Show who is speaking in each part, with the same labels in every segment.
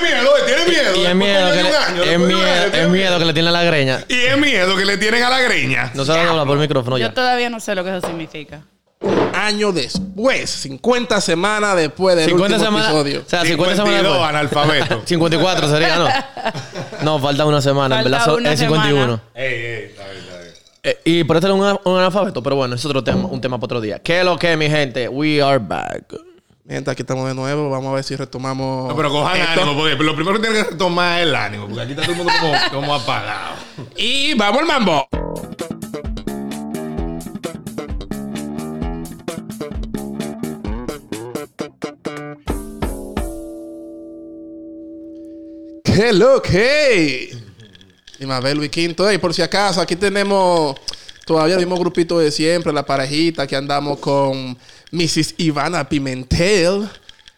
Speaker 1: es miedo. eh,
Speaker 2: Y es
Speaker 1: después
Speaker 2: miedo,
Speaker 1: coño
Speaker 2: que
Speaker 1: de
Speaker 2: le,
Speaker 1: un año,
Speaker 2: es
Speaker 1: después de un año
Speaker 2: miedo,
Speaker 1: le
Speaker 2: es
Speaker 1: tienen
Speaker 2: miedo que le tiene la greña.
Speaker 1: Y es miedo que le tienen a la greña.
Speaker 2: No se lo habla por el micrófono
Speaker 3: Yo
Speaker 2: Oh, ya.
Speaker 3: todavía no sé lo que eso significa.
Speaker 4: Año después, 50 semanas después del
Speaker 2: 50
Speaker 4: último
Speaker 2: semanas. O
Speaker 4: episodio.
Speaker 2: sea, 50 semanas.
Speaker 1: 52
Speaker 2: después.
Speaker 1: analfabeto.
Speaker 2: 54 sería, ¿no? No, falta una semana. en
Speaker 3: Falta
Speaker 2: verdad, so-
Speaker 3: una
Speaker 2: es 51.
Speaker 3: semana.
Speaker 1: ey, ey, está bien, está bien.
Speaker 2: Eh, y por eso era un, un analfabeto, pero bueno, es otro tema, un tema para otro día. ¿Qué es lo que, mi gente? We are back.
Speaker 4: Mientras aquí estamos de nuevo, vamos a ver si retomamos.
Speaker 1: No, pero cojan
Speaker 4: esto.
Speaker 1: ánimo, porque lo primero que tienen que tomar es el ánimo, porque aquí está todo el mundo como, como apagado.
Speaker 4: Y vamos al mambo. ¡Qué look, hey! Y más ver, Luis Quinto, hey, por si acaso, aquí tenemos todavía el mismo grupito de siempre, la parejita que andamos con Mrs. Ivana Pimentel.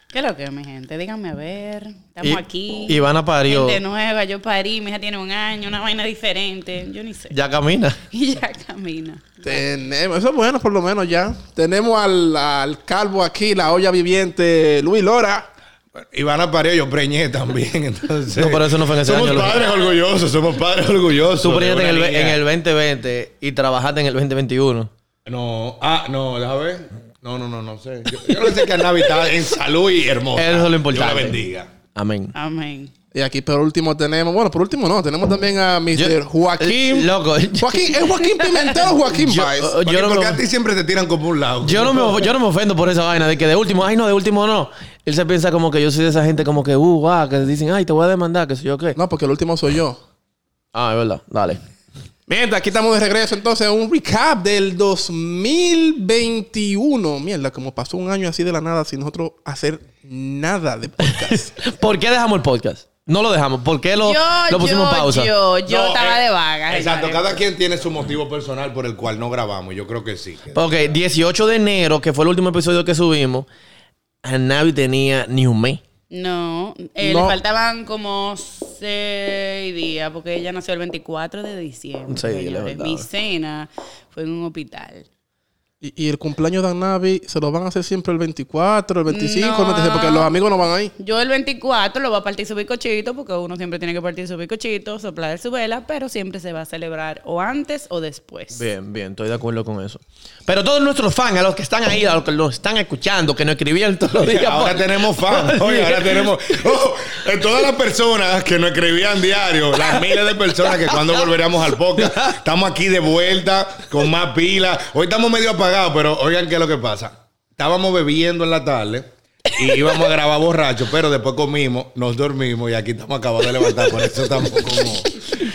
Speaker 3: ¿Qué es lo que es, mi gente? Díganme a ver. Estamos
Speaker 2: Y-
Speaker 3: aquí.
Speaker 2: Ivana parió.
Speaker 3: Gente nueva, yo parí, mi hija tiene un año, una vaina diferente. Yo ni sé.
Speaker 2: Ya camina.
Speaker 3: Y ya camina.
Speaker 4: Tenemos, eso es bueno, por lo menos ya. Tenemos al, al calvo aquí, la olla viviente, Luis Lora.
Speaker 1: Ivana parió, yo preñé también, entonces.
Speaker 2: No, pero eso no fue en ese
Speaker 1: somos
Speaker 2: año,
Speaker 1: Somos padres orgullosos, somos padres orgullosos.
Speaker 2: Tú
Speaker 1: de
Speaker 2: preñaste en
Speaker 1: una
Speaker 2: el, ve-
Speaker 1: niña.
Speaker 2: en el 2020 y trabajaste en el 2021.
Speaker 1: No, ah, no, déjame ver. No, no, no, no sé. Yo, yo no sé que Ana está en salud y hermosa.
Speaker 2: Eso es lo importante.
Speaker 1: Dios la bendiga.
Speaker 2: Amén.
Speaker 3: Amén.
Speaker 4: Y aquí por último tenemos, bueno, por último no, tenemos también a Mr.
Speaker 2: Yo-
Speaker 4: Joaquín.
Speaker 2: eh, loco, yo-
Speaker 4: Joaquín, ¿es Joaquín Pimentel o Joaquín
Speaker 2: Yo-
Speaker 4: Baez?
Speaker 2: eh,
Speaker 1: Porque,
Speaker 2: no me-
Speaker 1: porque a ti siempre te tiran como un lado.
Speaker 2: Yo no, me, yo no me ofendo por esa vaina de que de último, ay no, de último no. Él se piensa como que yo soy de esa gente como que, uh, guau, que dicen, ay, te voy a demandar, que soy yo qué.
Speaker 4: No, porque el último soy yo.
Speaker 2: Ah, es verdad, dale.
Speaker 4: Mierda, aquí estamos de regreso entonces, un recap del 2021. Mierda, como pasó un año así de la nada sin nosotros hacer nada de podcast.
Speaker 2: ¿Por qué dejamos el podcast? No lo dejamos, ¿por qué lo,
Speaker 3: yo,
Speaker 2: lo pusimos
Speaker 3: yo,
Speaker 2: en pausa?
Speaker 3: yo, yo
Speaker 1: No,
Speaker 3: estaba
Speaker 1: eh,
Speaker 3: de vaga.
Speaker 1: Exacto,
Speaker 3: señores.
Speaker 1: cada quien tiene su motivo personal por el cual no grabamos. Yo creo que sí. que-
Speaker 2: Ok, 18 de enero, que fue el último episodio que subimos, a nadie tenía ni un mes.
Speaker 3: No, eh,
Speaker 4: No.
Speaker 3: le faltaban como seis días porque ella nació el 24 de diciembre.
Speaker 2: Seis días,
Speaker 3: señores.
Speaker 2: le faltaba.
Speaker 3: Mi cena fue en un hospital.
Speaker 4: y, y el cumpleaños de Anavi se lo van a hacer siempre el 24, el 25, el
Speaker 3: No.
Speaker 4: 26, porque los amigos no van ahí.
Speaker 3: Yo el 24 lo voy a partir su bizcochito porque uno siempre tiene que partir su bizcochito, soplar su vela, pero siempre se va a celebrar o antes o después.
Speaker 2: Bien, bien, estoy de acuerdo con eso. Pero todos nuestros fans, a los que están ahí, a los que nos están escuchando, que nos escribían todos los días. pues,
Speaker 1: Ahora
Speaker 2: por-
Speaker 1: tenemos fan. Oye, ahora tenemos. Oh, eh, todas las personas que nos escribían diario, las miles de personas que cuando volveríamos al podcast, estamos aquí de vuelta con más pilas. Hoy estamos medio apagados, pero oigan qué es lo que pasa. Estábamos bebiendo en la tarde y íbamos a grabar borrachos, pero después comimos, nos dormimos y aquí estamos acabados de levantar. Por eso estamos como,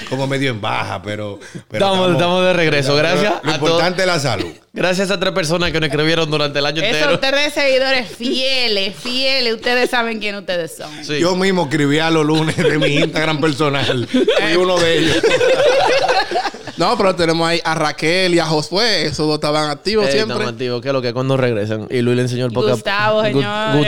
Speaker 1: como medio en baja, pero. pero
Speaker 2: Estamos- estamos de regreso. Gracias
Speaker 1: Lo
Speaker 2: a todos.
Speaker 1: importante es la salud.
Speaker 2: Gracias a tres personas que nos escribieron durante el año
Speaker 3: Esos
Speaker 2: entero.
Speaker 3: tres seguidores fieles, fieles, ustedes saben quién ustedes son.
Speaker 2: Sí.
Speaker 1: Yo mismo escribía los lunes de mi Instagram personal. Fui uno de ellos.
Speaker 4: No, pero tenemos ahí a Raquel y a Josué, esos dos estaban activos
Speaker 2: Ey,
Speaker 4: siempre.
Speaker 2: estamos activos, ¿qué es lo que es? cuando regresan? Y Luis le enseñó el podcast.
Speaker 3: Gustavo,
Speaker 2: Gu-
Speaker 3: señores.
Speaker 2: Gustavo,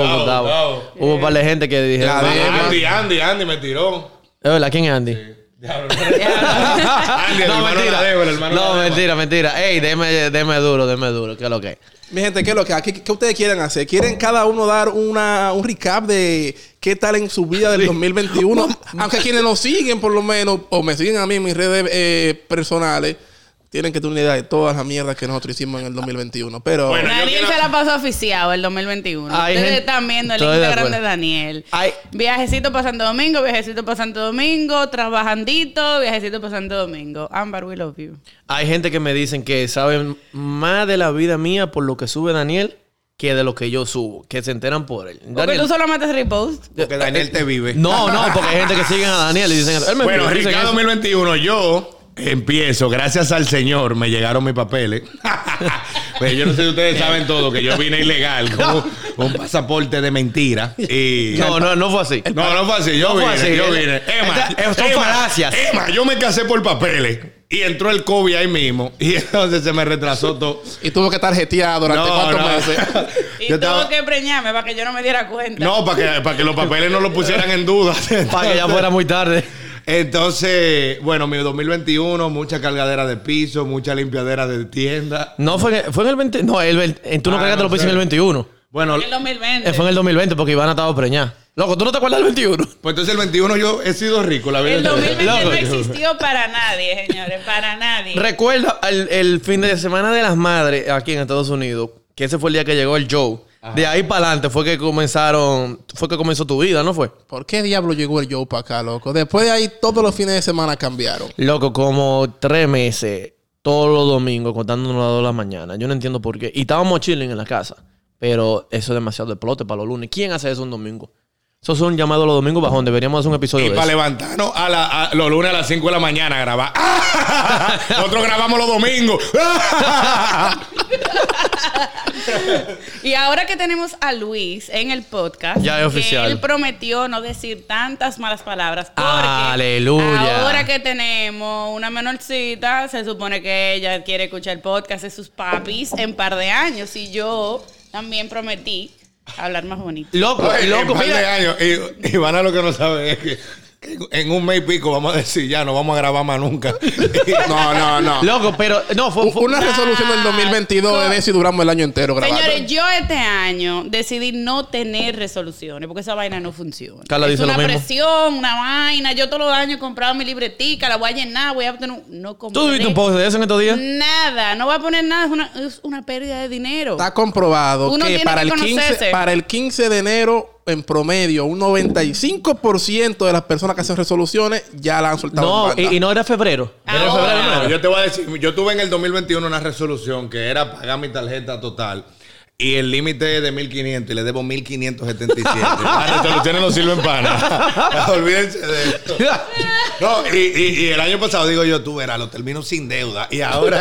Speaker 1: Gustavo,
Speaker 2: Gustavo.
Speaker 1: Gustavo.
Speaker 2: Hubo un par de gente que dijeron.
Speaker 4: La de-
Speaker 2: "Ah,
Speaker 1: Andy, Andy, Andy me tiró.
Speaker 2: Es verdad, ¿quién es Andy?
Speaker 1: Andy, el
Speaker 2: no,
Speaker 1: hermano
Speaker 2: mentira.
Speaker 1: de Débora, el hermano
Speaker 2: no,
Speaker 1: de Débora.
Speaker 2: mentira, mentira. Ey, deme, deme duro, deme duro. ¿Qué es lo que es?
Speaker 4: Mi gente, ¿qué es lo que aquí, qué ustedes quieren hacer? ¿Quieren cada uno dar una, un recap de qué tal en su vida del 2021? Aunque quienes nos siguen, por lo menos, o me siguen a mí en mis redes eh, personales, tienen que tener una idea de todas las mierdas que nosotros hicimos en el 2021. Pero
Speaker 1: Bueno, yo
Speaker 3: Daniel
Speaker 1: quiero-
Speaker 3: se la pasó oficiado el 2021.
Speaker 2: Hay
Speaker 3: Ustedes
Speaker 2: gente-
Speaker 3: están viendo el
Speaker 2: Estoy de
Speaker 3: Instagram
Speaker 2: acuerdo.
Speaker 3: de, Daniel.
Speaker 2: Hay-
Speaker 3: Viajecito pasando domingo, viajecito pasando domingo, trabajandito, viajecito pasando domingo. Amber, we love you.
Speaker 2: Hay gente que me dicen que saben más de la vida mía por lo que sube Daniel que de lo que yo subo, que se enteran por él.
Speaker 3: Porque
Speaker 2: Daniel-
Speaker 3: tú solo mates repost.
Speaker 1: Porque Daniel te vive.
Speaker 2: No, no, porque hay gente que sigue a Daniel y dicen. Él me
Speaker 1: Bueno,
Speaker 2: dicen
Speaker 1: Ricardo
Speaker 2: eso.
Speaker 1: 2021, yo empiezo, gracias al Señor, me llegaron mis papeles. pues yo no sé si ustedes saben todo, que yo vine ilegal con con un pasaporte de mentira. Y
Speaker 2: No, no, no fue así.
Speaker 1: No, no fue así. Yo
Speaker 2: No fue
Speaker 1: vine,
Speaker 2: así.
Speaker 1: yo vine. Emma,
Speaker 2: Esta- son
Speaker 1: Emma,
Speaker 2: falacias.
Speaker 1: Emma, yo me casé por papeles. Y entró el COVID ahí mismo. Y entonces se me retrasó todo.
Speaker 4: y tuvo que estar jeteado durante
Speaker 1: No,
Speaker 4: cuatro
Speaker 1: no.
Speaker 4: meses.
Speaker 3: Y
Speaker 1: Yo
Speaker 3: tuvo
Speaker 1: estaba-
Speaker 3: que preñarme para que yo no me diera cuenta.
Speaker 1: No, para que, para que los papeles no lo pusieran en duda.
Speaker 2: Para que ya fuera muy tarde.
Speaker 1: Entonces, bueno, mi 2021, mucha cargadera de piso, mucha limpiadera de tienda.
Speaker 2: No, fue, en- fue en el 20. No, el, 20 tú no
Speaker 1: Ah,
Speaker 2: creas que
Speaker 1: no
Speaker 2: te lo puse
Speaker 1: sé.
Speaker 2: en el 21.
Speaker 1: Bueno,
Speaker 3: En el 2020.
Speaker 2: Eh, Fue en el 2020 porque Ivana estaba preñada. Loco, ¿tú no te acuerdas del 21?
Speaker 1: Pues entonces el 21 yo he sido rico la vida.
Speaker 3: El
Speaker 1: entera.
Speaker 3: 2020 no
Speaker 2: Loco.
Speaker 3: existió para nadie, señores, para nadie.
Speaker 2: Recuerdo el, el fin de semana de las madres aquí en Estados Unidos, que ese fue el día que llegó el Joe. De ahí para adelante fue que comenzaron, fue que comenzó tu vida, ¿no fue?
Speaker 4: ¿Por qué diablo llegó el Joe para acá, loco? Después de ahí, todos los fines de semana cambiaron.
Speaker 2: Loco, como tres meses, todos los domingos, contándonos las dos de la mañana. Yo no entiendo por qué. Y estábamos chilling en la casa. Pero eso es demasiado de plote para los lunes. ¿Quién hace eso un domingo? Eso es un llamado a los domingos bajón. Deberíamos hacer un episodio
Speaker 1: Y
Speaker 2: de
Speaker 1: para
Speaker 2: eso.
Speaker 1: levantarnos a la- a los lunes a las 5 de la mañana a grabar. Nosotros grabamos los domingos.
Speaker 3: Y ahora que tenemos a Luis en el podcast,
Speaker 2: Ya es
Speaker 3: que
Speaker 2: oficial.
Speaker 3: él prometió no decir tantas malas palabras. Porque
Speaker 2: Aleluya.
Speaker 3: Ahora que tenemos una menorcita, se supone que ella quiere escuchar el podcast de sus papis en par de años. Y yo también prometí hablar más bonito.
Speaker 2: Loco,
Speaker 1: Oye, en
Speaker 2: loco,
Speaker 1: par de
Speaker 2: mira.
Speaker 1: años. Y, Ivana lo que no sabe es que, que en un mes y pico vamos a decir ya, no vamos a grabar más nunca.
Speaker 4: No, no, no.
Speaker 2: Loco, pero no, fue,
Speaker 4: U-
Speaker 2: fue-
Speaker 4: Una resolución del 2022 es ver si duramos el año entero grabando.
Speaker 3: Señores, yo este año decidí no tener resoluciones porque esa vaina no funciona.
Speaker 2: Carla
Speaker 3: es
Speaker 2: dice lo
Speaker 3: una
Speaker 2: mismo.
Speaker 3: presión, una vaina. Yo todos los años he comprado mi libretica, la voy a llenar, voy a obtener... No compré
Speaker 2: ¿Tú tuviste un post de eso en estos
Speaker 1: ¿eh?
Speaker 2: días?
Speaker 3: Nada, no va a poner nada, es una, es una pérdida de dinero.
Speaker 4: Está comprobado
Speaker 3: Uno
Speaker 4: que
Speaker 3: tiene
Speaker 4: para
Speaker 3: que
Speaker 4: el, 15,
Speaker 3: conocerse.
Speaker 4: para el 15 de enero, en promedio, un 95% de las personas que hacen resoluciones ya la han soltado.
Speaker 2: No,
Speaker 4: en banda.
Speaker 2: y, y no era febrero.
Speaker 1: Ah,
Speaker 2: Era
Speaker 3: Ahora.
Speaker 2: febrero, no
Speaker 1: No,
Speaker 2: era.
Speaker 1: yo te voy a decir, yo tuve en el 2021 una resolución que era pagar mi tarjeta total y el límite es de 1500 y le debo 1577. Ah, Las resoluciones no sirven para nada. Olvídense de esto. No, y, y- y el año pasado digo yo, tú verás, lo termino sin deuda. Y ahora.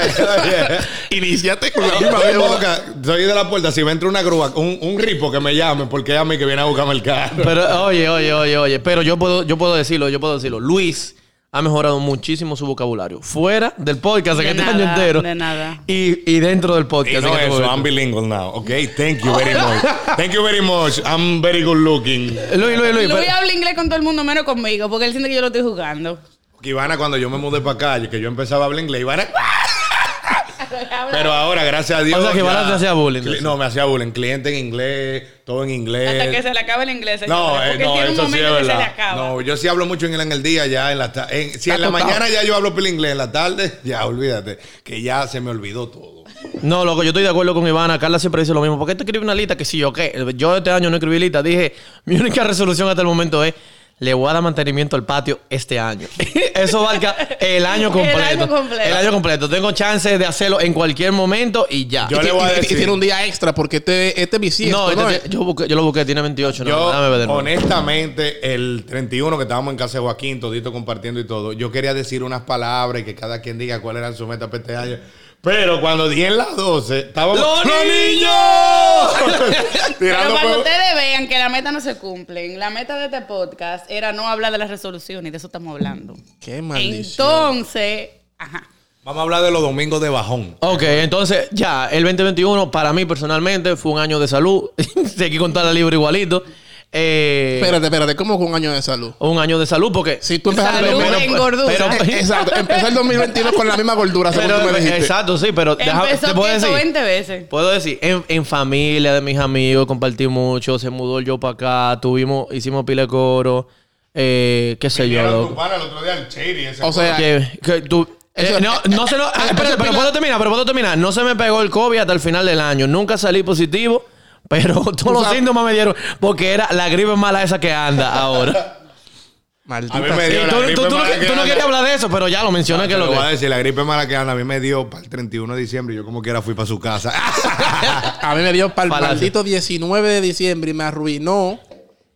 Speaker 4: Iniciate con la
Speaker 1: Yo
Speaker 4: misma
Speaker 1: me
Speaker 4: deuda.
Speaker 1: boca, soy de la puerta, si me entra una grúa, un, un ripo que me llame, porque es a mí que viene a buscarme el carro.
Speaker 2: Pero, oye, oye, oye, oye. Pero yo puedo, yo puedo decirlo, yo puedo decirlo. Luis ha mejorado muchísimo su vocabulario. Fuera del podcast,
Speaker 3: De
Speaker 2: en este
Speaker 3: nada,
Speaker 2: año entero.
Speaker 3: de nada.
Speaker 2: Y, y dentro del
Speaker 1: Y
Speaker 2: podcast. en
Speaker 1: no
Speaker 2: este
Speaker 1: eso,
Speaker 2: momento.
Speaker 1: I'm bilingual now, ok? Thank you very much. Thank you very much. I'm very good looking.
Speaker 2: Luis, Luis, Luis.
Speaker 3: Luis
Speaker 2: pero-
Speaker 3: habla inglés con todo el mundo menos conmigo, porque él siente que yo lo estoy jugando.
Speaker 1: Que Ivana, cuando yo me mudé para acá, que yo empezaba a hablar inglés, Ivana. Pero ahora, gracias a Dios.
Speaker 2: O sea, que Ivana
Speaker 1: ya-
Speaker 2: te hacía bullying,
Speaker 1: Cli-
Speaker 2: entonces.
Speaker 1: No, me hacía bullying. Cliente en inglés, todo en inglés.
Speaker 3: Hasta que se le acabe el inglés.
Speaker 1: eh, no,
Speaker 3: señores,
Speaker 1: eh,
Speaker 3: porque
Speaker 1: no,
Speaker 3: tiene un
Speaker 1: eso sí
Speaker 3: momento
Speaker 1: es
Speaker 3: que se le
Speaker 1: verdad.
Speaker 3: acaba.
Speaker 1: No, yo sí hablo mucho en el, en el día, ya en la ta- en- Si
Speaker 4: Está
Speaker 1: en la
Speaker 4: tocado.
Speaker 1: mañana ya yo hablo pil inglés, en la tarde, ya olvídate, que ya se me olvidó todo.
Speaker 2: No, loco, yo estoy de acuerdo con Ivana. Carla siempre dice lo mismo. ¿Por qué te escribí una lista? Que sí, ok. Yo este año no escribí lista. Dije, mi única resolución hasta el momento es. Le voy a dar mantenimiento al patio este año. Eso valga el año
Speaker 3: El
Speaker 2: completo.
Speaker 3: año completo.
Speaker 2: El año completo. Tengo chance de hacerlo en cualquier momento y ya.
Speaker 1: Yo
Speaker 4: Y-
Speaker 1: le voy a
Speaker 4: y- y-
Speaker 1: decir.
Speaker 4: Y tiene un día extra porque este, este
Speaker 2: no,
Speaker 4: bisiesto, ¿no?
Speaker 2: este- yo, busqué- yo lo busqué, tiene 28. No,
Speaker 1: Yo,
Speaker 2: dame ver de nuevo.
Speaker 1: honestamente, el 31 que estábamos en casa de Joaquín, todito compartiendo y todo, yo quería decir unas palabras y que cada quien diga cuál era su meta para este año. Pero cuando di en las 12, estábamos...
Speaker 2: ¡Los
Speaker 1: niños!
Speaker 3: Pero
Speaker 1: Tirando
Speaker 3: cuando
Speaker 1: fuego.
Speaker 3: ustedes vean que la meta no se cumple, la meta de este podcast era no hablar de las resoluciones, y de eso estamos hablando.
Speaker 4: Qué maldición.
Speaker 3: Entonces, ajá.
Speaker 1: Vamos a hablar de los domingos de bajón.
Speaker 2: Ok, entonces ya, el 2021 para mí personalmente fue un año de salud. Seguí con toda la libre igualito. Eh,
Speaker 4: Espérate, espérate, ¿cómo con un año de salud?
Speaker 2: un año de salud porque...
Speaker 4: Si tú empezaste
Speaker 3: Salud
Speaker 4: el
Speaker 3: en
Speaker 4: 2022
Speaker 3: gordura.
Speaker 2: pero-
Speaker 4: eh, Exacto, empezar el 2022 con la misma gordura, según
Speaker 2: Pero-
Speaker 4: tú me dijiste.
Speaker 2: exacto, sí, pero deja-
Speaker 3: Empezó 120 veces.
Speaker 2: Puedo decir, en, en familia de mis amigos, compartí mucho, se mudó yo para acá, tuvimos, hicimos pile de coro, eh, qué sé yo.
Speaker 1: Vieron tu
Speaker 2: loco.
Speaker 1: pana el otro día el Cherry, ese
Speaker 4: O sea,
Speaker 2: Que, que tú-
Speaker 4: Eso-
Speaker 2: eh, no, no se lo- ah, espérate,
Speaker 4: eso
Speaker 2: pero
Speaker 4: pila-
Speaker 2: puedo terminar, pero puedo terminar. No se me pegó el COVID hasta el final del año. Nunca salí positivo, pero todos los
Speaker 4: sabes-
Speaker 2: síntomas me dieron porque era la gripe mala esa que anda ahora.
Speaker 4: maldita
Speaker 1: A mí me
Speaker 4: sea.
Speaker 2: Y
Speaker 1: dio
Speaker 2: tú,
Speaker 1: la gripe
Speaker 2: tú- tú no,
Speaker 1: mala que
Speaker 2: tú no
Speaker 1: anda. Ah,
Speaker 2: querías hablar de eso, pero ya lo mencioné que
Speaker 1: Te
Speaker 2: es lo
Speaker 1: lo voy a
Speaker 2: que...
Speaker 1: decir, la gripe mala que anda a mí me dio para el 31 de diciembre. Yo como quiera fui para su casa.
Speaker 4: A mí me dio para el
Speaker 2: Palacio.
Speaker 4: maldito 19 de diciembre y me arruinó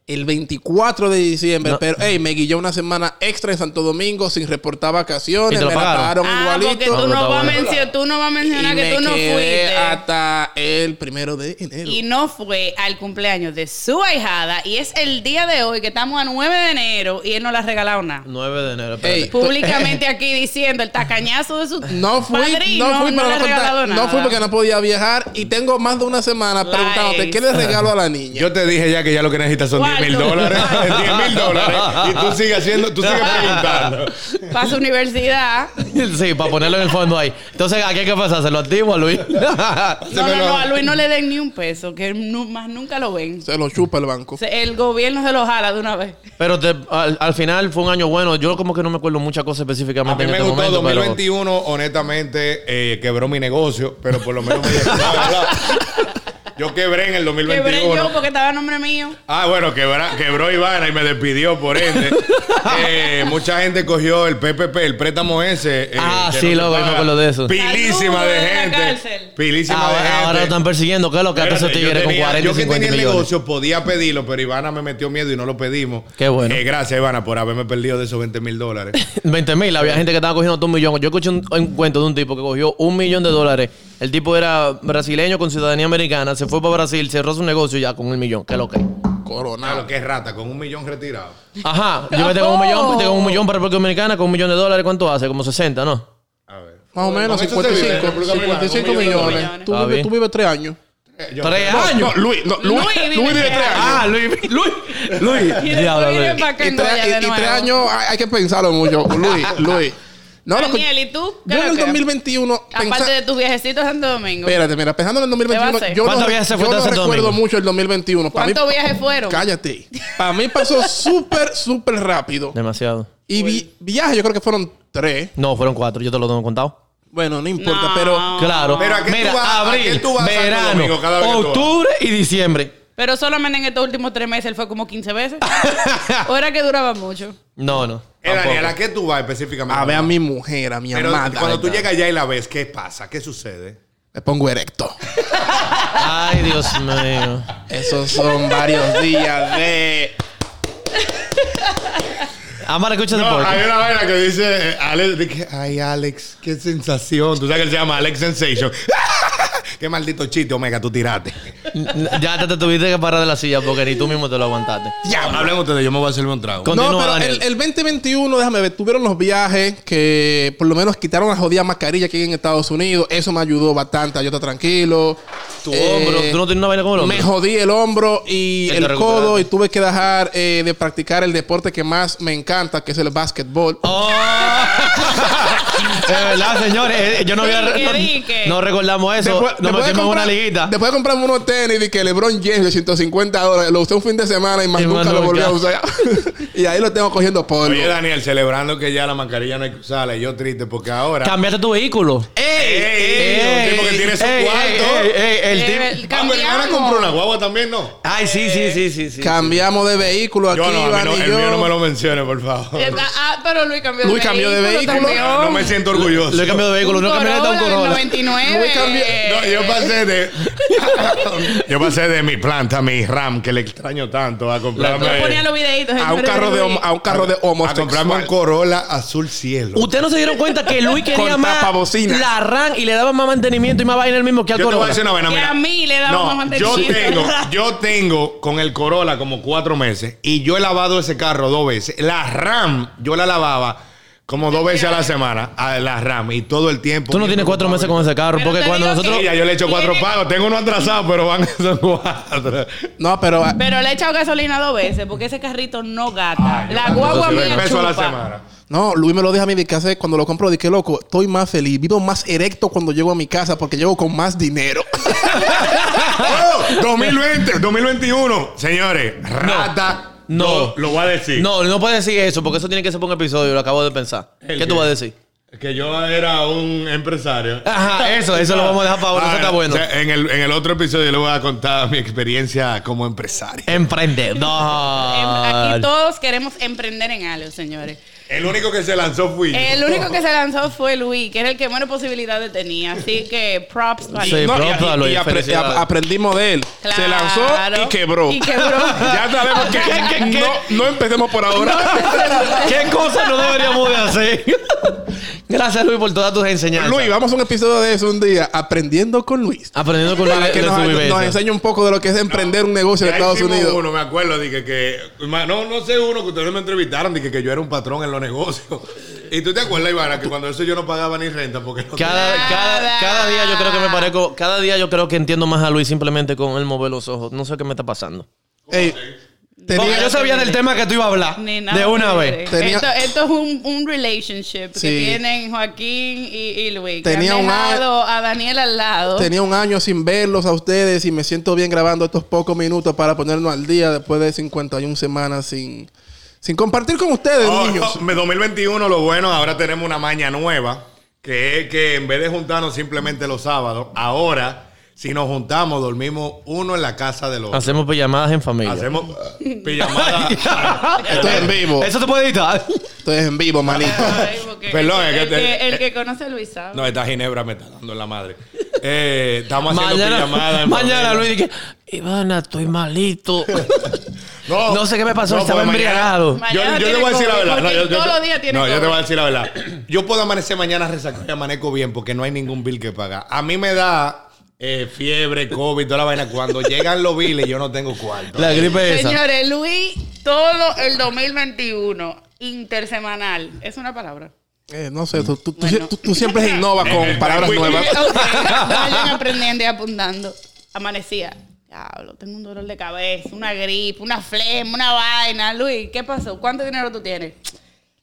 Speaker 4: el 24 de diciembre.
Speaker 2: No.
Speaker 4: Pero, hey, me guilló una semana extra en Santo Domingo sin reportar
Speaker 2: ¿Y
Speaker 4: vacaciones.
Speaker 2: te lo
Speaker 4: Me la
Speaker 2: pagaron?
Speaker 4: pagaron
Speaker 3: Ah, porque
Speaker 4: igualito.
Speaker 2: No,
Speaker 3: tú no, vas a
Speaker 2: está bueno.
Speaker 3: mencio- tú no vas a mencionar
Speaker 4: Y me
Speaker 3: que tú no
Speaker 4: quedé
Speaker 3: fuiste.
Speaker 4: hasta el primero de enero.
Speaker 3: Y no fue al cumpleaños de su ahijada. Y es el día de hoy que estamos a 9 de enero y él no le ha regalado nada.
Speaker 2: 9 de enero, espérate.
Speaker 4: Ey,
Speaker 3: Públicamente aquí diciendo el tacañazo de su
Speaker 4: No fui,
Speaker 3: padrino,
Speaker 4: no fui,
Speaker 3: no
Speaker 4: pero
Speaker 3: le ha
Speaker 4: no, conté-
Speaker 3: regalado
Speaker 4: no
Speaker 3: nada.
Speaker 4: fui porque no podía viajar y tengo más de una semana
Speaker 3: Lies.
Speaker 4: preguntándote qué le regalo a la niña.
Speaker 1: Yo te dije ya que ya lo que necesitas son 10
Speaker 3: ¿Cuál?
Speaker 1: mil dólares, diez mil dólares. Y tú sigues haciendo, tú sigues preguntando.
Speaker 3: Pasa universidad.
Speaker 2: Sí, para ponerlo en el fondo ahí. Entonces, ¿a qué hay que pasar? ¿Se lo activo a Luis?
Speaker 3: No,
Speaker 1: me
Speaker 3: no,
Speaker 1: lo-
Speaker 3: no, a Luis no le den ni un peso, que nu- más nunca lo ven.
Speaker 4: Se lo chupa el banco.
Speaker 3: Se- El gobierno se lo jala de una vez.
Speaker 2: Pero te- al, al final fue un año bueno. Yo como que no me acuerdo muchas cosas
Speaker 1: A
Speaker 2: específicamente
Speaker 1: mí
Speaker 2: en
Speaker 1: me
Speaker 2: este
Speaker 1: gustó
Speaker 2: momento. pero-
Speaker 1: 2021, honestamente, eh, quebró mi negocio, pero por lo menos me llegó. la verdad. Yo quebré en el
Speaker 3: Quebré
Speaker 1: 2021.
Speaker 3: yo porque estaba a nombre mío.
Speaker 1: Ah, bueno, quebra- quebró Ivana y me despidió por ende. Eh, mucha gente cogió el PPP, el préstamo ese. eh,
Speaker 2: Ah,
Speaker 1: que
Speaker 2: sí,
Speaker 1: se
Speaker 2: loco, yo me
Speaker 1: paga.
Speaker 2: acuerdo de eso. Ah,
Speaker 1: Pilísima
Speaker 3: Saludos
Speaker 1: de
Speaker 3: de la
Speaker 1: gente.
Speaker 3: cárcel.
Speaker 1: Pilísima de gente.
Speaker 2: Ahora, ahora lo están persiguiendo. ¿Qué es lo que hace
Speaker 1: Espérate,
Speaker 2: esos tigres
Speaker 1: yo
Speaker 2: con
Speaker 1: tenía-
Speaker 2: 40
Speaker 1: Yo
Speaker 2: y
Speaker 1: que
Speaker 2: 50
Speaker 1: tenía el
Speaker 2: millones?
Speaker 1: negocio podía pedirlo, pero Ivana me metió miedo y no lo pedimos.
Speaker 2: Qué bueno.
Speaker 1: Eh, gracias, Ivana, por haberme perdido de esos 20 mil dólares.
Speaker 2: 20 mil, había gente que estaba cogiendo todo un millón. Yo escuché un, un cuento de un tipo que cogió un millón de dólares. El tipo era brasileño con ciudadanía americana, se fue para Brasil, cerró su negocio ya con el millón. ¿Qué es lo que? hay?
Speaker 1: Claro,
Speaker 4: Coronado.
Speaker 1: qué rata, con un millón retirado.
Speaker 2: Ajá, yo me tengo un millón, tengo un millón para República Dominicana con un millón de dólares. ¿Cuánto hace? Como 60, ¿no?
Speaker 1: A ver.
Speaker 4: Más o menos,
Speaker 1: Con eso se vive en
Speaker 4: 55.
Speaker 1: República Dominicana, con
Speaker 4: 55
Speaker 1: un millón de
Speaker 4: millones.
Speaker 3: dólares.
Speaker 4: Tú
Speaker 2: Está
Speaker 4: vives,
Speaker 2: Ah, bien.
Speaker 4: tú vives tres años.
Speaker 1: dólares. Eh, yo-
Speaker 2: Tres años.
Speaker 4: No, Luis, no, Luis,
Speaker 3: Luis vive
Speaker 4: Luis vive
Speaker 3: tres
Speaker 4: tres años.
Speaker 2: Ah, Luis, Luis, Luis.
Speaker 3: Y
Speaker 2: Diablo,
Speaker 3: después
Speaker 2: Luis.
Speaker 3: viene para
Speaker 4: Y tres, y- y tres años hay, hay que pensarlo mucho. Luis, Luis. No, lo que-
Speaker 3: Daniel, ¿y tú? ¿Qué
Speaker 4: yo en
Speaker 3: lo
Speaker 4: el
Speaker 3: que?
Speaker 4: 2021.
Speaker 3: Aparte
Speaker 4: pensa-
Speaker 3: de tus viajecitos a Santo Domingo.
Speaker 4: Espérate, mira, pensando en el
Speaker 3: ¿Qué va a
Speaker 4: 2021,
Speaker 3: hacer?
Speaker 4: yo no,
Speaker 2: ¿Cuántos viajes se fue
Speaker 4: yo
Speaker 2: de
Speaker 4: no
Speaker 2: Santo
Speaker 4: recuerdo
Speaker 2: Domingo?
Speaker 4: mucho el 2021. Para mí,
Speaker 3: ¿Cuántos viajes fueron?
Speaker 4: cállate. Para mí pasó súper, súper rápido.
Speaker 2: Demasiado.
Speaker 4: Y vi- viajes, yo creo que fueron tres.
Speaker 2: No, fueron cuatro, yo te lo tengo contado.
Speaker 4: Bueno, no importa,
Speaker 3: No.
Speaker 4: pero
Speaker 2: Claro.
Speaker 1: Pero ¿a qué tú
Speaker 2: Mira,
Speaker 1: vas- a qué
Speaker 2: abril,
Speaker 1: tú vas a Santo
Speaker 2: verano,
Speaker 1: Domingo cada vez que tú vas?
Speaker 2: octubre y diciembre.
Speaker 3: Pero solamente en estos últimos tres meses él fue como 15 veces. ¿O era que duraba mucho?
Speaker 2: No, no.
Speaker 1: Eh, Daniel, ¿a
Speaker 2: tampoco.
Speaker 1: qué tú vas específicamente?
Speaker 4: a ver a mi mujer, a mi
Speaker 1: Pero
Speaker 4: amada.
Speaker 1: cuando tú llegas allá y la ves, ¿qué pasa? ¿Qué sucede?
Speaker 4: Me pongo erecto.
Speaker 2: Ay, Dios mío.
Speaker 4: Esos son varios días de.
Speaker 2: Amara, escucha
Speaker 1: No,
Speaker 2: este podcast.
Speaker 1: hay una vaina que dice eh, Alex, de que, ay Alex, qué sensación. Tú sabes que él se llama Alex Sensation. qué maldito chiste, Omega, tú tiraste.
Speaker 2: Ya te, te tuviste que parar de la silla porque ni tú mismo te lo aguantaste.
Speaker 1: Ya, hablen ustedes, yo me voy a hacerme un trago.
Speaker 2: Continúa,
Speaker 4: no, pero
Speaker 2: Daniel.
Speaker 4: el, el 2021, déjame ver, tuvieron los viajes que por lo menos quitaron la jodida mascarilla aquí en Estados Unidos. Eso me ayudó bastante. Yo estaba tranquilo.
Speaker 2: Tu
Speaker 4: Eh,
Speaker 2: hombro, tú no tienes una vaina como el hombro.
Speaker 4: Me jodí el hombro y
Speaker 2: Ya te
Speaker 4: el codo
Speaker 2: recuperaste.
Speaker 4: y tuve que dejar eh, de practicar el deporte que más me encanta, que es el básquetbol.
Speaker 2: Oh. De verdad, señores, eh, yo no había
Speaker 3: Dique,
Speaker 2: no-
Speaker 3: dique.
Speaker 2: no, recordamos eso.
Speaker 4: Después-
Speaker 2: Nos
Speaker 4: después de
Speaker 2: metimos en una
Speaker 4: comprar-
Speaker 2: liguita.
Speaker 4: Después de comprarme unos tenis de que LeBron James de 150 dólares, lo usé un fin de semana y más
Speaker 2: Y más
Speaker 4: nunca lo volví a
Speaker 2: nunca.
Speaker 4: usar. y ahí lo tengo cogiendo polvo.
Speaker 1: Oye, Daniel, celebrando que ya la mascarilla no hay que usarla, y yo triste porque ahora.
Speaker 2: Cambiaste tu vehículo.
Speaker 1: ¡Ey! ey, un tipo que tiene su
Speaker 2: ey,
Speaker 1: cuarto.
Speaker 2: ey, ey, ey, el
Speaker 3: Eh,
Speaker 2: tipo-
Speaker 3: el-
Speaker 1: Ah, mi hermana
Speaker 3: Cambiamos.
Speaker 1: compró una guagua también, ¿no?
Speaker 2: Ay, sí, sí, sí, sí, sí.
Speaker 4: Cambiamos de vehículo aquí,
Speaker 1: Yo no, a mí
Speaker 4: Iván
Speaker 1: no,
Speaker 4: y
Speaker 1: el
Speaker 4: yo.
Speaker 1: mío no me lo mencione, por favor.
Speaker 3: Eh, Ah, pero Luis cambió de
Speaker 4: Luis cambió de vehículo.
Speaker 3: también.
Speaker 1: No me siento orgulloso.
Speaker 2: Lo he cambiado de vehículo,
Speaker 3: Un
Speaker 2: no camioneta, un
Speaker 3: Corolla del
Speaker 2: Corolla.
Speaker 3: 99.
Speaker 4: Luis cambió-
Speaker 1: No, yo pasé de. yo pasé de mi planta, mi RAM, que le extraño tanto, a
Speaker 3: Tú
Speaker 1: comprarme.
Speaker 3: ponías los videitos.
Speaker 4: A un carro de homo- a un carro de
Speaker 1: a comprarme un
Speaker 4: homosexual.
Speaker 1: Corolla azul cielo.
Speaker 2: Ustedes no se dieron cuenta que Luis quería
Speaker 4: Con
Speaker 2: más
Speaker 4: tapabocina.
Speaker 2: la RAM y le daba más mantenimiento y más vaina el mismo que al
Speaker 1: yo te voy a
Speaker 2: Corolla.
Speaker 1: decir una vaina,
Speaker 3: Que
Speaker 1: mira.
Speaker 3: a mí le daba más
Speaker 1: yo
Speaker 3: mantenimiento.
Speaker 1: tengo, yo tengo con el Corolla como cuatro meses y yo he lavado ese carro dos veces. La RAM, yo la lavaba como dos veces a la semana, a la RAM, y todo el tiempo.
Speaker 2: Tú no tienes cuatro meses con ese carro
Speaker 3: Pero
Speaker 2: porque
Speaker 3: te
Speaker 2: cuando
Speaker 3: digo
Speaker 2: nosotros...
Speaker 3: que-
Speaker 1: Mira, yo le he hecho cuatro pagos. Tengo uno atrasado, pero van a ser cuatro.
Speaker 4: No, pero ah,
Speaker 3: Pero le he echado gasolina dos veces porque ese carrito no gata. la guagua
Speaker 1: Entonces,
Speaker 3: mía
Speaker 1: pesos a la
Speaker 3: chupa.
Speaker 1: semana.
Speaker 4: no, Luis me lo deja a mí de casa cuando lo compro. Dije, loco, estoy más feliz. Vivo más erecto cuando llego a mi casa porque llego con más dinero.
Speaker 1: Oh, 2020, 2021. Señores, rata.
Speaker 2: No.
Speaker 1: lo- Lo voy a decir.
Speaker 2: No, no puedes decir eso porque eso tiene que ser por un episodio, lo acabo de pensar.
Speaker 1: ¿El
Speaker 2: ¿Qué,
Speaker 1: qué?
Speaker 2: tú vas a decir?
Speaker 1: Que yo era un empresario.
Speaker 2: Ajá, eso, Ah, eso lo vamos a dejar para ahora,
Speaker 1: Ah,
Speaker 2: eso está bueno.
Speaker 1: o sea, en, el, en el otro episodio le voy a contar mi experiencia como empresario.
Speaker 3: Em, Aquí
Speaker 2: Emprendedor.
Speaker 3: todos queremos emprender en algo, señores.
Speaker 1: El único que se lanzó fui yo.
Speaker 3: El único que se lanzó fue Luis, que era el que menos posibilidades tenía. Así que props para
Speaker 2: Sí.
Speaker 3: él.
Speaker 4: No, y-
Speaker 2: propia,
Speaker 4: y-
Speaker 2: Luis,
Speaker 4: y apre-
Speaker 2: felicidades.
Speaker 4: ap- aprendimos de él. Se lanzó
Speaker 3: Claro.
Speaker 4: y quebró.
Speaker 3: Y quebró.
Speaker 4: Ya sabemos que
Speaker 2: ¿Qué, qué, qué?
Speaker 4: No, no empecemos por ahora.
Speaker 2: ¿Qué cosas no deberíamos de hacer? Gracias, Luis, por todas tus enseñanzas.
Speaker 4: Luis, vamos a un episodio de eso un día, aprendiendo con Luis.
Speaker 2: Aprendiendo Ah, con
Speaker 4: Para
Speaker 2: Luis
Speaker 4: que
Speaker 2: de
Speaker 4: nos,
Speaker 2: su
Speaker 4: nos
Speaker 2: vivencia.
Speaker 4: enseñe un poco de lo que es emprender un negocio en
Speaker 1: Ya
Speaker 4: Estados
Speaker 1: hicimos
Speaker 4: Unidos.
Speaker 1: uno, me acuerdo, dije que. ma- No, no sé uno que ustedes me entrevistaron, dije que yo era un patrón en los negocios. ¿Y tú te acuerdas, Ivana, que cuando eso yo no pagaba ni renta? Porque no
Speaker 2: Cada, cada,
Speaker 3: Nada.
Speaker 2: cada día yo creo que me parezco, cada día yo creo que entiendo más a Luis simplemente con él mover los ojos. No sé qué me está pasando.
Speaker 4: Ey, Tenía-
Speaker 2: Porque yo sabía del tema que tú ibas a hablar.
Speaker 3: Ni nada
Speaker 2: de una
Speaker 3: que
Speaker 2: vez.
Speaker 3: ver.
Speaker 4: Tenía-
Speaker 3: Esto, esto es un, un relationship que
Speaker 4: Sí.
Speaker 3: tienen Joaquín y, y Luis. que
Speaker 4: Tenía
Speaker 3: han
Speaker 4: un a-
Speaker 3: dejado a Daniel al lado.
Speaker 4: Tenía un año sin verlos a ustedes y me siento bien grabando estos pocos minutos para ponernos al día después de 51 semanas sin, sin compartir con ustedes,
Speaker 1: Oh,
Speaker 4: niños.
Speaker 1: me- 2021, lo bueno, ahora tenemos una maña nueva, que es que en vez de juntarnos simplemente los sábados, ahora, si nos juntamos, dormimos uno en la casa del otro.
Speaker 2: Hacemos pijamadas en familia.
Speaker 1: Hacemos eh, pijamada.
Speaker 4: Esto es en vivo.
Speaker 2: Eso te puede editar.
Speaker 4: Esto es en vivo, manito.
Speaker 3: Ay, porque
Speaker 1: Perdón, es
Speaker 3: el,
Speaker 1: que
Speaker 3: el
Speaker 1: te-
Speaker 3: que, el que conoce a Luis sabe.
Speaker 1: no, esta ginebra me está dando en la madre. Eh, estamos haciendo pijamada.
Speaker 2: Mañana,
Speaker 1: en
Speaker 2: mañana
Speaker 1: familia.
Speaker 2: Luis dije, Ivana, estoy malito. No sé qué me pasó, estaba
Speaker 1: pues mañana-
Speaker 2: embriagado.
Speaker 1: Yo,
Speaker 3: Mañana
Speaker 1: yo te
Speaker 3: tiene
Speaker 1: voy a decir la
Speaker 3: COVID,
Speaker 1: verdad. No,
Speaker 3: porque
Speaker 1: yo, yo-
Speaker 3: todos los días tiene
Speaker 1: no, yo te
Speaker 3: COVID.
Speaker 1: voy a decir la verdad. Yo puedo amanecer mañana resacado y amanezco bien porque no hay ningún bill que pagar. A mí me da eh, fiebre, COVID, toda la vaina. Cuando llegan los billes, yo no tengo cuarto.
Speaker 2: La gripe esa.
Speaker 3: Señores, Luis, todo el 2021, intersemanal. Es una palabra.
Speaker 4: Eh, no sé, tú, tú- tú-
Speaker 3: Bueno.
Speaker 4: tú- tú siempre innovas con palabras
Speaker 1: Muy-
Speaker 4: nuevas.
Speaker 3: Ok, vayan aprendiendo y apuntando. Amanecía. Diablo, tengo un dolor de cabeza, una gripe, una flema, una vaina. Luis, ¿qué pasó? ¿Cuánto dinero tú tienes?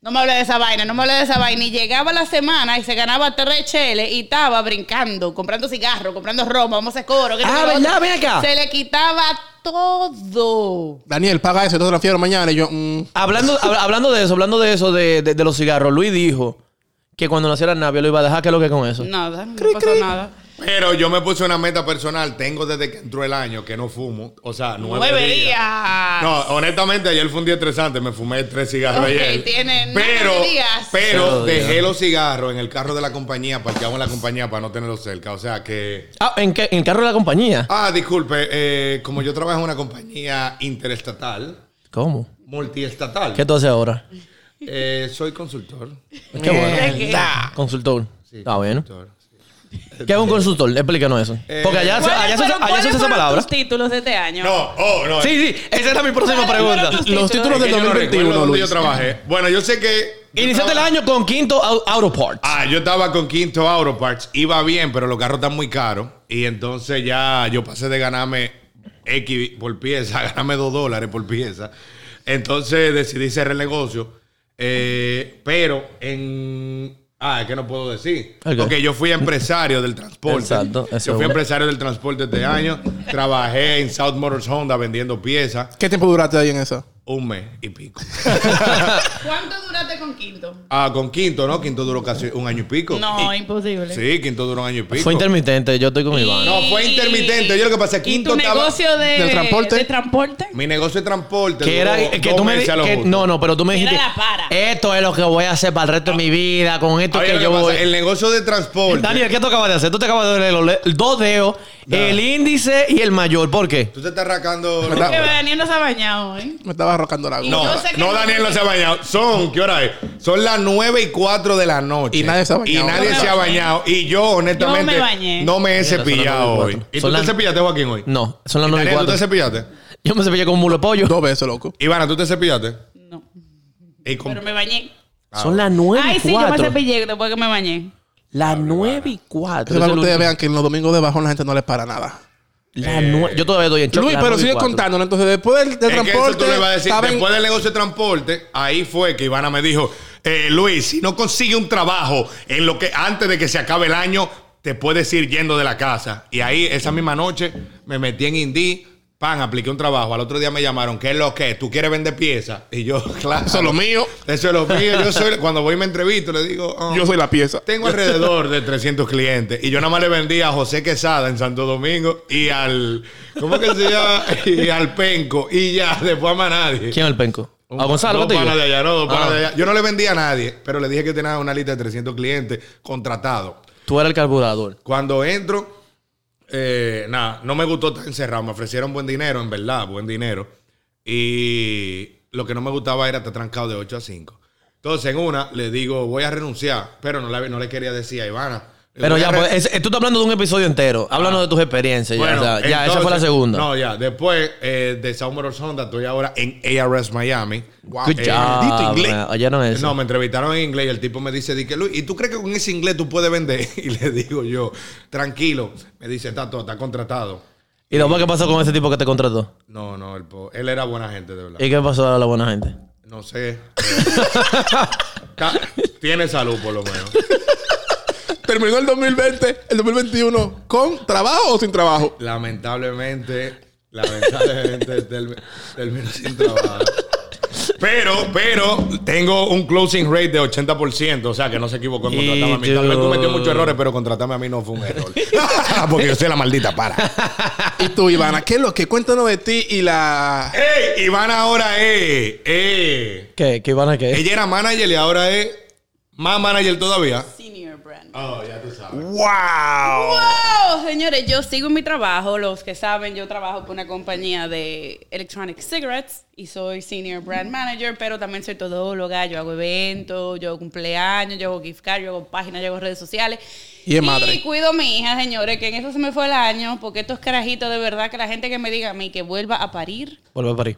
Speaker 3: No me hables de esa vaina, no me hables de esa vaina. Y llegaba la semana y se ganaba tres cheles y estaba brincando, comprando cigarro, comprando ropa, vamos a coro. que no
Speaker 2: Ah,
Speaker 3: sé qué
Speaker 2: ¿verdad?
Speaker 3: otro.
Speaker 2: Ven acá.
Speaker 3: Se le quitaba todo.
Speaker 4: Daniel, paga eso, yo te lo fiero mañana. Y yo, mm,
Speaker 2: Hablando, hab- hablando de eso, hablando de eso, de, de- de los cigarros, Luis dijo que cuando naciera Navia lo iba a dejar que lo que con eso.
Speaker 3: Nada, no pasó nada.
Speaker 1: Pero yo me puse una meta personal. Tengo desde que entró el año que no fumo. O sea, nueve,
Speaker 3: Nueve
Speaker 1: días.
Speaker 3: días.
Speaker 1: No, honestamente, ayer fue un día estresante. Me fumé tres cigarros
Speaker 3: Ok,
Speaker 1: ayer.
Speaker 3: tiene nueve
Speaker 1: pero,
Speaker 3: días.
Speaker 1: pero
Speaker 2: Nueve días.
Speaker 1: dejé los cigarros en el carro de la compañía, parqueado en la compañía para no tenerlos cerca. O sea que.
Speaker 2: Ah, ¿en, qué? ¿En el carro de la compañía?
Speaker 1: Ah, disculpe, eh, como yo trabajo en una compañía interestatal,
Speaker 2: ¿Cómo?
Speaker 1: multiestatal,
Speaker 2: ¿Qué tú haces ahora?
Speaker 1: eh, soy consultor.
Speaker 2: Qué bueno. Consultor.
Speaker 1: Sí,
Speaker 2: Está bueno.
Speaker 1: consultor, sí.
Speaker 2: ¿Qué es un consultor? Explícanos eso.
Speaker 1: Eh,
Speaker 2: Porque allá, se-
Speaker 3: ¿Cuáles
Speaker 2: allá, se,
Speaker 3: fueron-
Speaker 2: allá se
Speaker 3: cuáles
Speaker 2: usa esa
Speaker 3: fueron
Speaker 2: palabra.
Speaker 3: tus títulos de este año?
Speaker 1: No, oh, no.
Speaker 2: Sí, sí, esa era mi próxima
Speaker 3: ¿Cuáles fueron
Speaker 2: pregunta.
Speaker 3: tus
Speaker 4: los títulos
Speaker 1: es
Speaker 4: del
Speaker 1: que yo no recuerdo
Speaker 4: 2021,
Speaker 1: dónde
Speaker 4: Luis.
Speaker 1: yo trabajé. Bueno, yo sé que... yo
Speaker 2: Iniciaste el
Speaker 1: traba-
Speaker 2: año con quinto au- Auto Parts.
Speaker 1: Ah, yo estaba con Quinto Auto Parts, iba bien, pero los carros están muy caros. Y entonces ya yo pasé de ganarme X por pieza, a ganarme 2 dólares por pieza. Entonces decidí cerrar el negocio. Eh, pero en. Ah, es que no puedo decir.
Speaker 2: Ok.
Speaker 1: Porque yo fui empresario del transporte.
Speaker 2: Exacto, eso
Speaker 1: Yo fui
Speaker 2: es.
Speaker 1: empresario del transporte este año. Trabajé en South Motors Honda vendiendo piezas
Speaker 4: ¿Qué tiempo duraste ahí en esa?
Speaker 1: un mes y pico.
Speaker 3: ¿Cuánto duraste con Quinto?
Speaker 1: Ah, con Quinto, ¿no? Quinto duró casi un año y pico.
Speaker 3: No,
Speaker 1: Y-
Speaker 3: imposible.
Speaker 1: Sí, Quinto duró un año y pico.
Speaker 2: Fue intermitente, yo estoy con Iván.
Speaker 1: No, fue intermitente. Yo lo que pasa es que
Speaker 3: ¿Y
Speaker 1: Quinto
Speaker 3: tu
Speaker 1: estaba-
Speaker 3: negocio de,
Speaker 4: del transporte?
Speaker 3: de transporte?
Speaker 1: Mi negocio de transporte.
Speaker 2: Que era
Speaker 1: duró
Speaker 2: que
Speaker 1: dos
Speaker 2: tú me di-
Speaker 1: meses a lo
Speaker 2: que-
Speaker 1: justo.
Speaker 2: no, no, pero tú me
Speaker 3: Era
Speaker 2: dijiste
Speaker 3: la para.
Speaker 2: esto es lo que voy a hacer para el resto de mi vida, con esto
Speaker 1: Oye, Ah, lo
Speaker 2: que
Speaker 1: que
Speaker 2: yo
Speaker 1: pasa,
Speaker 2: voy.
Speaker 1: El negocio de transporte.
Speaker 2: Daniel, ¿qué tú acabas de hacer? Tú te acabas de doler los le- dos dedos,
Speaker 1: Ya.
Speaker 2: el índice y el mayor. ¿Por qué?
Speaker 1: Tú te estás rascando.
Speaker 4: Me
Speaker 3: Que
Speaker 4: está-
Speaker 3: Daniel no se ha bañado, ¿eh?
Speaker 4: Me estaba arrocando la
Speaker 1: No,
Speaker 3: Yo sé que
Speaker 1: no,
Speaker 3: no.
Speaker 1: Daniel no se ha bañado. Son, ¿qué hora es? Son las 9 y 4 de la noche.
Speaker 4: Y nadie se ha bañado.
Speaker 1: Y nadie
Speaker 3: Yo me
Speaker 1: se ha
Speaker 3: bañé.
Speaker 1: bañado. Y yo, honestamente,
Speaker 3: Yo me bañé.
Speaker 1: no me he
Speaker 2: son las
Speaker 1: cepillado
Speaker 2: 9 y
Speaker 1: hoy.
Speaker 2: cuatro.
Speaker 1: ¿Y tú
Speaker 2: Son
Speaker 1: te
Speaker 2: las-
Speaker 1: cepillaste, Joaquín, hoy?
Speaker 2: No, son las
Speaker 1: Daniel, ¿tú te
Speaker 2: 94.
Speaker 1: cepillaste?
Speaker 2: Yo me cepillé con un mulo de pollo.
Speaker 4: Dos veces, loco.
Speaker 1: Ivana, ¿tú te cepillaste?
Speaker 3: No.
Speaker 1: Y con-
Speaker 3: Pero me bañé.
Speaker 2: Son las 9
Speaker 3: Ay,
Speaker 2: y
Speaker 3: sí, yo me
Speaker 2: 4.
Speaker 3: cepillé después que me bañé.
Speaker 2: Las 9 y
Speaker 4: Eso
Speaker 2: 4.
Speaker 4: es para que ustedes vean que en los domingos de bajón la gente no les para nada.
Speaker 2: Yo todavía doy en shock.
Speaker 4: Luis,
Speaker 2: las nueve
Speaker 4: pero
Speaker 2: y
Speaker 4: sigue
Speaker 2: cuatro.
Speaker 4: contándolo. Entonces, después del, del
Speaker 1: Es que eso
Speaker 4: transporte,
Speaker 1: tú le vas a decir.
Speaker 4: estaba en-
Speaker 1: Después del negocio de transporte, ahí fue que Ivana me dijo, eh, Luis, si no consigue un trabajo en lo que antes de que se acabe el año, te puedes ir yendo de la casa. Y ahí, esa misma noche, me metí en Indy, pan, apliqué un trabajo. Al otro día me llamaron, ¿qué es lo que? ¿Tú quieres vender piezas? Y yo, claro.
Speaker 4: Eso es lo mío.
Speaker 1: Eso es lo mío. Yo soy, cuando voy y me entrevisto, le digo, "Ah,
Speaker 4: Yo soy la pieza.
Speaker 1: tengo alrededor de 300 clientes. Y yo nada más le vendía a José Quesada en Santo Domingo y al. ¿Cómo que se llama? Y al Penco. Y ya, después a más nadie.
Speaker 2: ¿Quién es el penco? ¿A Gonzalo
Speaker 1: dos
Speaker 2: Cotillo?
Speaker 1: panas de allá, no, dos panas
Speaker 2: Ah.
Speaker 1: de allá. Yo no le vendía a nadie, pero le dije que tenía una lista de 300 clientes contratados.
Speaker 2: Tú eres el carburador.
Speaker 1: Cuando entro, eh, nada, no me gustó estar encerrado. Me ofrecieron buen dinero, en verdad, buen dinero. Y lo que no me gustaba era estar trancado de 8 a 5. Entonces, en una, le digo, voy a renunciar, pero no le, no le quería decir a Ivana. Le
Speaker 2: Pero
Speaker 1: voy
Speaker 2: ya,
Speaker 1: a re-
Speaker 2: pues, es- tú estás hablando de un episodio entero. Háblanos de tus experiencias. ya,
Speaker 1: Bueno,
Speaker 2: o sea, ya, esa
Speaker 1: entonces-
Speaker 2: fue la segunda.
Speaker 1: No, ya. Después eh, de South Motors Honda, estoy ahora en ARS Miami. Wow.
Speaker 2: Good job.
Speaker 1: eh, inglés.
Speaker 2: man. Oyeron eso.
Speaker 1: No, me entrevistaron en inglés y el tipo me dice, di que Luis, ¿y tú crees que con ese inglés tú puedes vender? Y le digo yo, tranquilo. Me dice, está todo, está contratado.
Speaker 2: ¿Y después qué pasó con ese tipo que te contrató?
Speaker 1: No, no, el po- él era buena gente, de verdad.
Speaker 2: ¿Y qué pasó a la buena gente?
Speaker 1: No sé. Ta- Tiene salud, por lo menos.
Speaker 4: Terminó el 2020, el 2021, ¿con trabajo o sin trabajo?
Speaker 1: Lamentablemente, lamentablemente term- termino sin trabajo. Pero, pero, tengo un closing rate de 80%, o sea que no se equivocó en
Speaker 2: Y
Speaker 1: contratarme a mí.
Speaker 2: tú-
Speaker 1: Tal vez cometió muchos errores, pero contratarme a mí no fue un error. Porque yo soy la maldita para.
Speaker 4: Y tú, Ivana, ¿qué es lo que? Cuéntanos de ti y la...
Speaker 1: ¡Ey! Iván ahora es. eh,
Speaker 2: ¿Qué? ¿Qué van a qué?
Speaker 1: Ella era manager y ahora es más manager todavía.
Speaker 3: Senior brand.
Speaker 1: Oh, ya tú sabes.
Speaker 4: ¡Wow!
Speaker 3: Wow, señores, yo sigo en mi trabajo. Los que saben, yo trabajo por una compañía de electronic cigarettes y soy senior
Speaker 2: Mm.
Speaker 3: brand manager, pero también soy todóloga. Yo hago eventos, yo hago cumpleaños, yo hago gift card, yo hago páginas, yo hago redes sociales.
Speaker 4: Y es madre.
Speaker 3: cuido a mi hija, señores, que en eso se me fue el año, porque estos carajitos de verdad que la gente que me diga a mí que vuelva a parir,
Speaker 2: Vuelve a París.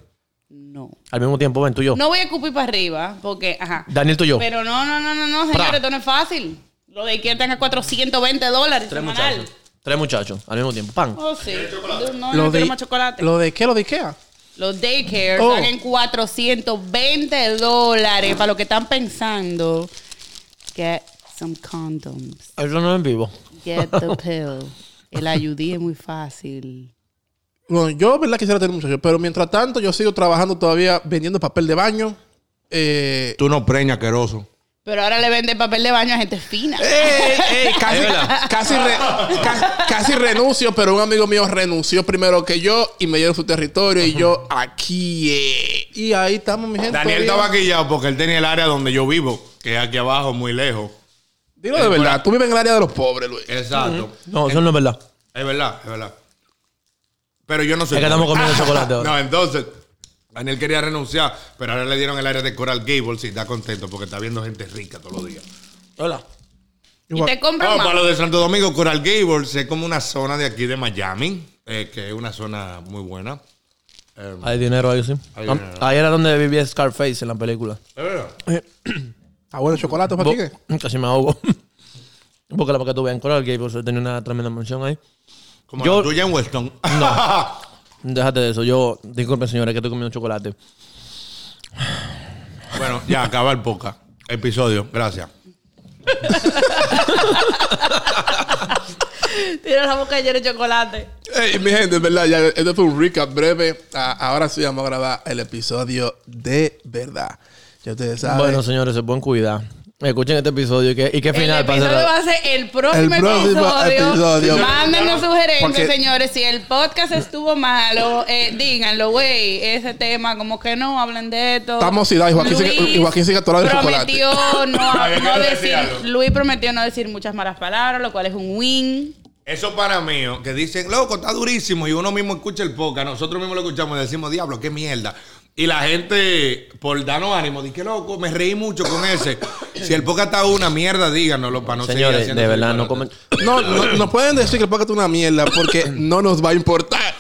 Speaker 3: no.
Speaker 2: Al mismo tiempo, ven tú y yo.
Speaker 3: No voy a cupir para arriba, porque, ajá.
Speaker 2: Daniel, tú y yo.
Speaker 3: Pero no, no, no, no, no,
Speaker 2: Fra.
Speaker 3: señores, esto no es fácil. Lo de que tenga 420 dólares
Speaker 2: Tres
Speaker 3: semanal.
Speaker 2: muchachos. Tres muchachos al mismo tiempo. ¡Pam!
Speaker 3: Oh, sí. No, no quiero más chocolate.
Speaker 4: ¿Lo de qué? ¿Lo de Ikea?
Speaker 3: Los daycare
Speaker 4: Oh.
Speaker 3: pagan 420 dólares para lo que están pensando. Get some condoms.
Speaker 2: Eso no es en vivo.
Speaker 3: Get the pill. El ayudí es muy fácil.
Speaker 4: Bueno, yo, verdad, quisiera tener muchachos, pero mientras tanto, yo sigo trabajando todavía vendiendo papel de baño. Eh,
Speaker 1: Tú no preñas, queroso.
Speaker 3: Pero ahora le vende papel de baño a gente fina.
Speaker 4: ¡Ey, ey! eh, Casi, casi, re- ca- casi renuncio, pero un amigo mío renunció primero que yo y me dieron su territorio y yo aquí. eh. Y ahí estamos, mi gente.
Speaker 1: Daniel
Speaker 4: todavía.
Speaker 1: estaba quillado porque él tenía el área donde yo vivo, que es aquí abajo, muy lejos.
Speaker 4: Dilo de
Speaker 1: pues.
Speaker 4: verdad, tú vives en el área de los pobres, Luis.
Speaker 1: Exacto.
Speaker 2: No, eso no es verdad.
Speaker 1: Es verdad, es verdad. Pero yo no soy.
Speaker 2: Es que
Speaker 1: pobre.
Speaker 2: estamos comiendo chocolate ahora.
Speaker 1: No, entonces, Daniel quería renunciar, pero ahora le dieron el área de Coral Gables y está contento porque está viendo gente rica todos los días.
Speaker 2: Hola.
Speaker 3: Y te
Speaker 1: No,
Speaker 3: compran
Speaker 1: para
Speaker 3: más.
Speaker 1: lo de Santo Domingo, Coral Gables es como una zona de aquí de Miami, eh, que es una zona muy buena. Eh,
Speaker 2: Hay dinero ahí, sí.
Speaker 1: Hay
Speaker 2: Am-
Speaker 1: dinero.
Speaker 2: Ahí era donde vivía Scarface en la película.
Speaker 1: es verdad.
Speaker 4: Ah, bueno, chocolate, ¿para
Speaker 2: Bo-
Speaker 4: ti qué?
Speaker 2: Casi me ahogo. Porque la para que tú veas en Coral Gables tenía una tremenda mansión ahí.
Speaker 1: Como
Speaker 2: Yo-
Speaker 1: la tuya en Weston. No.
Speaker 2: Déjate de eso. Yo, disculpen, señores, que estoy comiendo chocolate.
Speaker 1: bueno, ya acaba el poca. Episodio, gracias.
Speaker 3: Tira la boca llena de chocolate.
Speaker 4: Ey, mi gente, en verdad, ya, este fue un recap breve. Ah, ahora sí vamos a grabar el episodio de verdad. Ya ustedes saben.
Speaker 2: Bueno, señores, se pueden cuidar. Escuchen este episodio y qué, y qué final
Speaker 3: el episodio
Speaker 2: pasará.
Speaker 3: va a ser el próximo,
Speaker 4: El próximo
Speaker 3: episodio.
Speaker 4: episodio.
Speaker 3: Mándenos sugerencias,
Speaker 4: Porque-
Speaker 3: señores. Si el podcast estuvo malo, eh, díganlo, güey. Ese tema, como que no hablen de esto.
Speaker 4: Estamos ciudad, y Joaquín sigue- y Joaquín sigue atorado en chocolate.
Speaker 3: prometió no,
Speaker 1: Había que
Speaker 3: no
Speaker 1: decir
Speaker 3: decir.
Speaker 1: algo.
Speaker 3: Luis prometió no decir muchas malas palabras, lo cual es un win.
Speaker 1: Eso para mí, que dicen, loco, está durísimo. Y uno mismo escucha el podcast, nosotros mismos lo escuchamos y decimos, diablo, qué mierda. Y la gente, por darnos ánimo, dice, loco, me reí mucho con ese. si el podcast está una mierda, díganoslo para no seguir
Speaker 2: Señores,
Speaker 1: haciendo
Speaker 2: de
Speaker 1: ese
Speaker 2: verdad, no
Speaker 1: disparate.
Speaker 2: comen.
Speaker 4: No, no, no pueden decir que el podcast es una mierda porque no nos va a importar.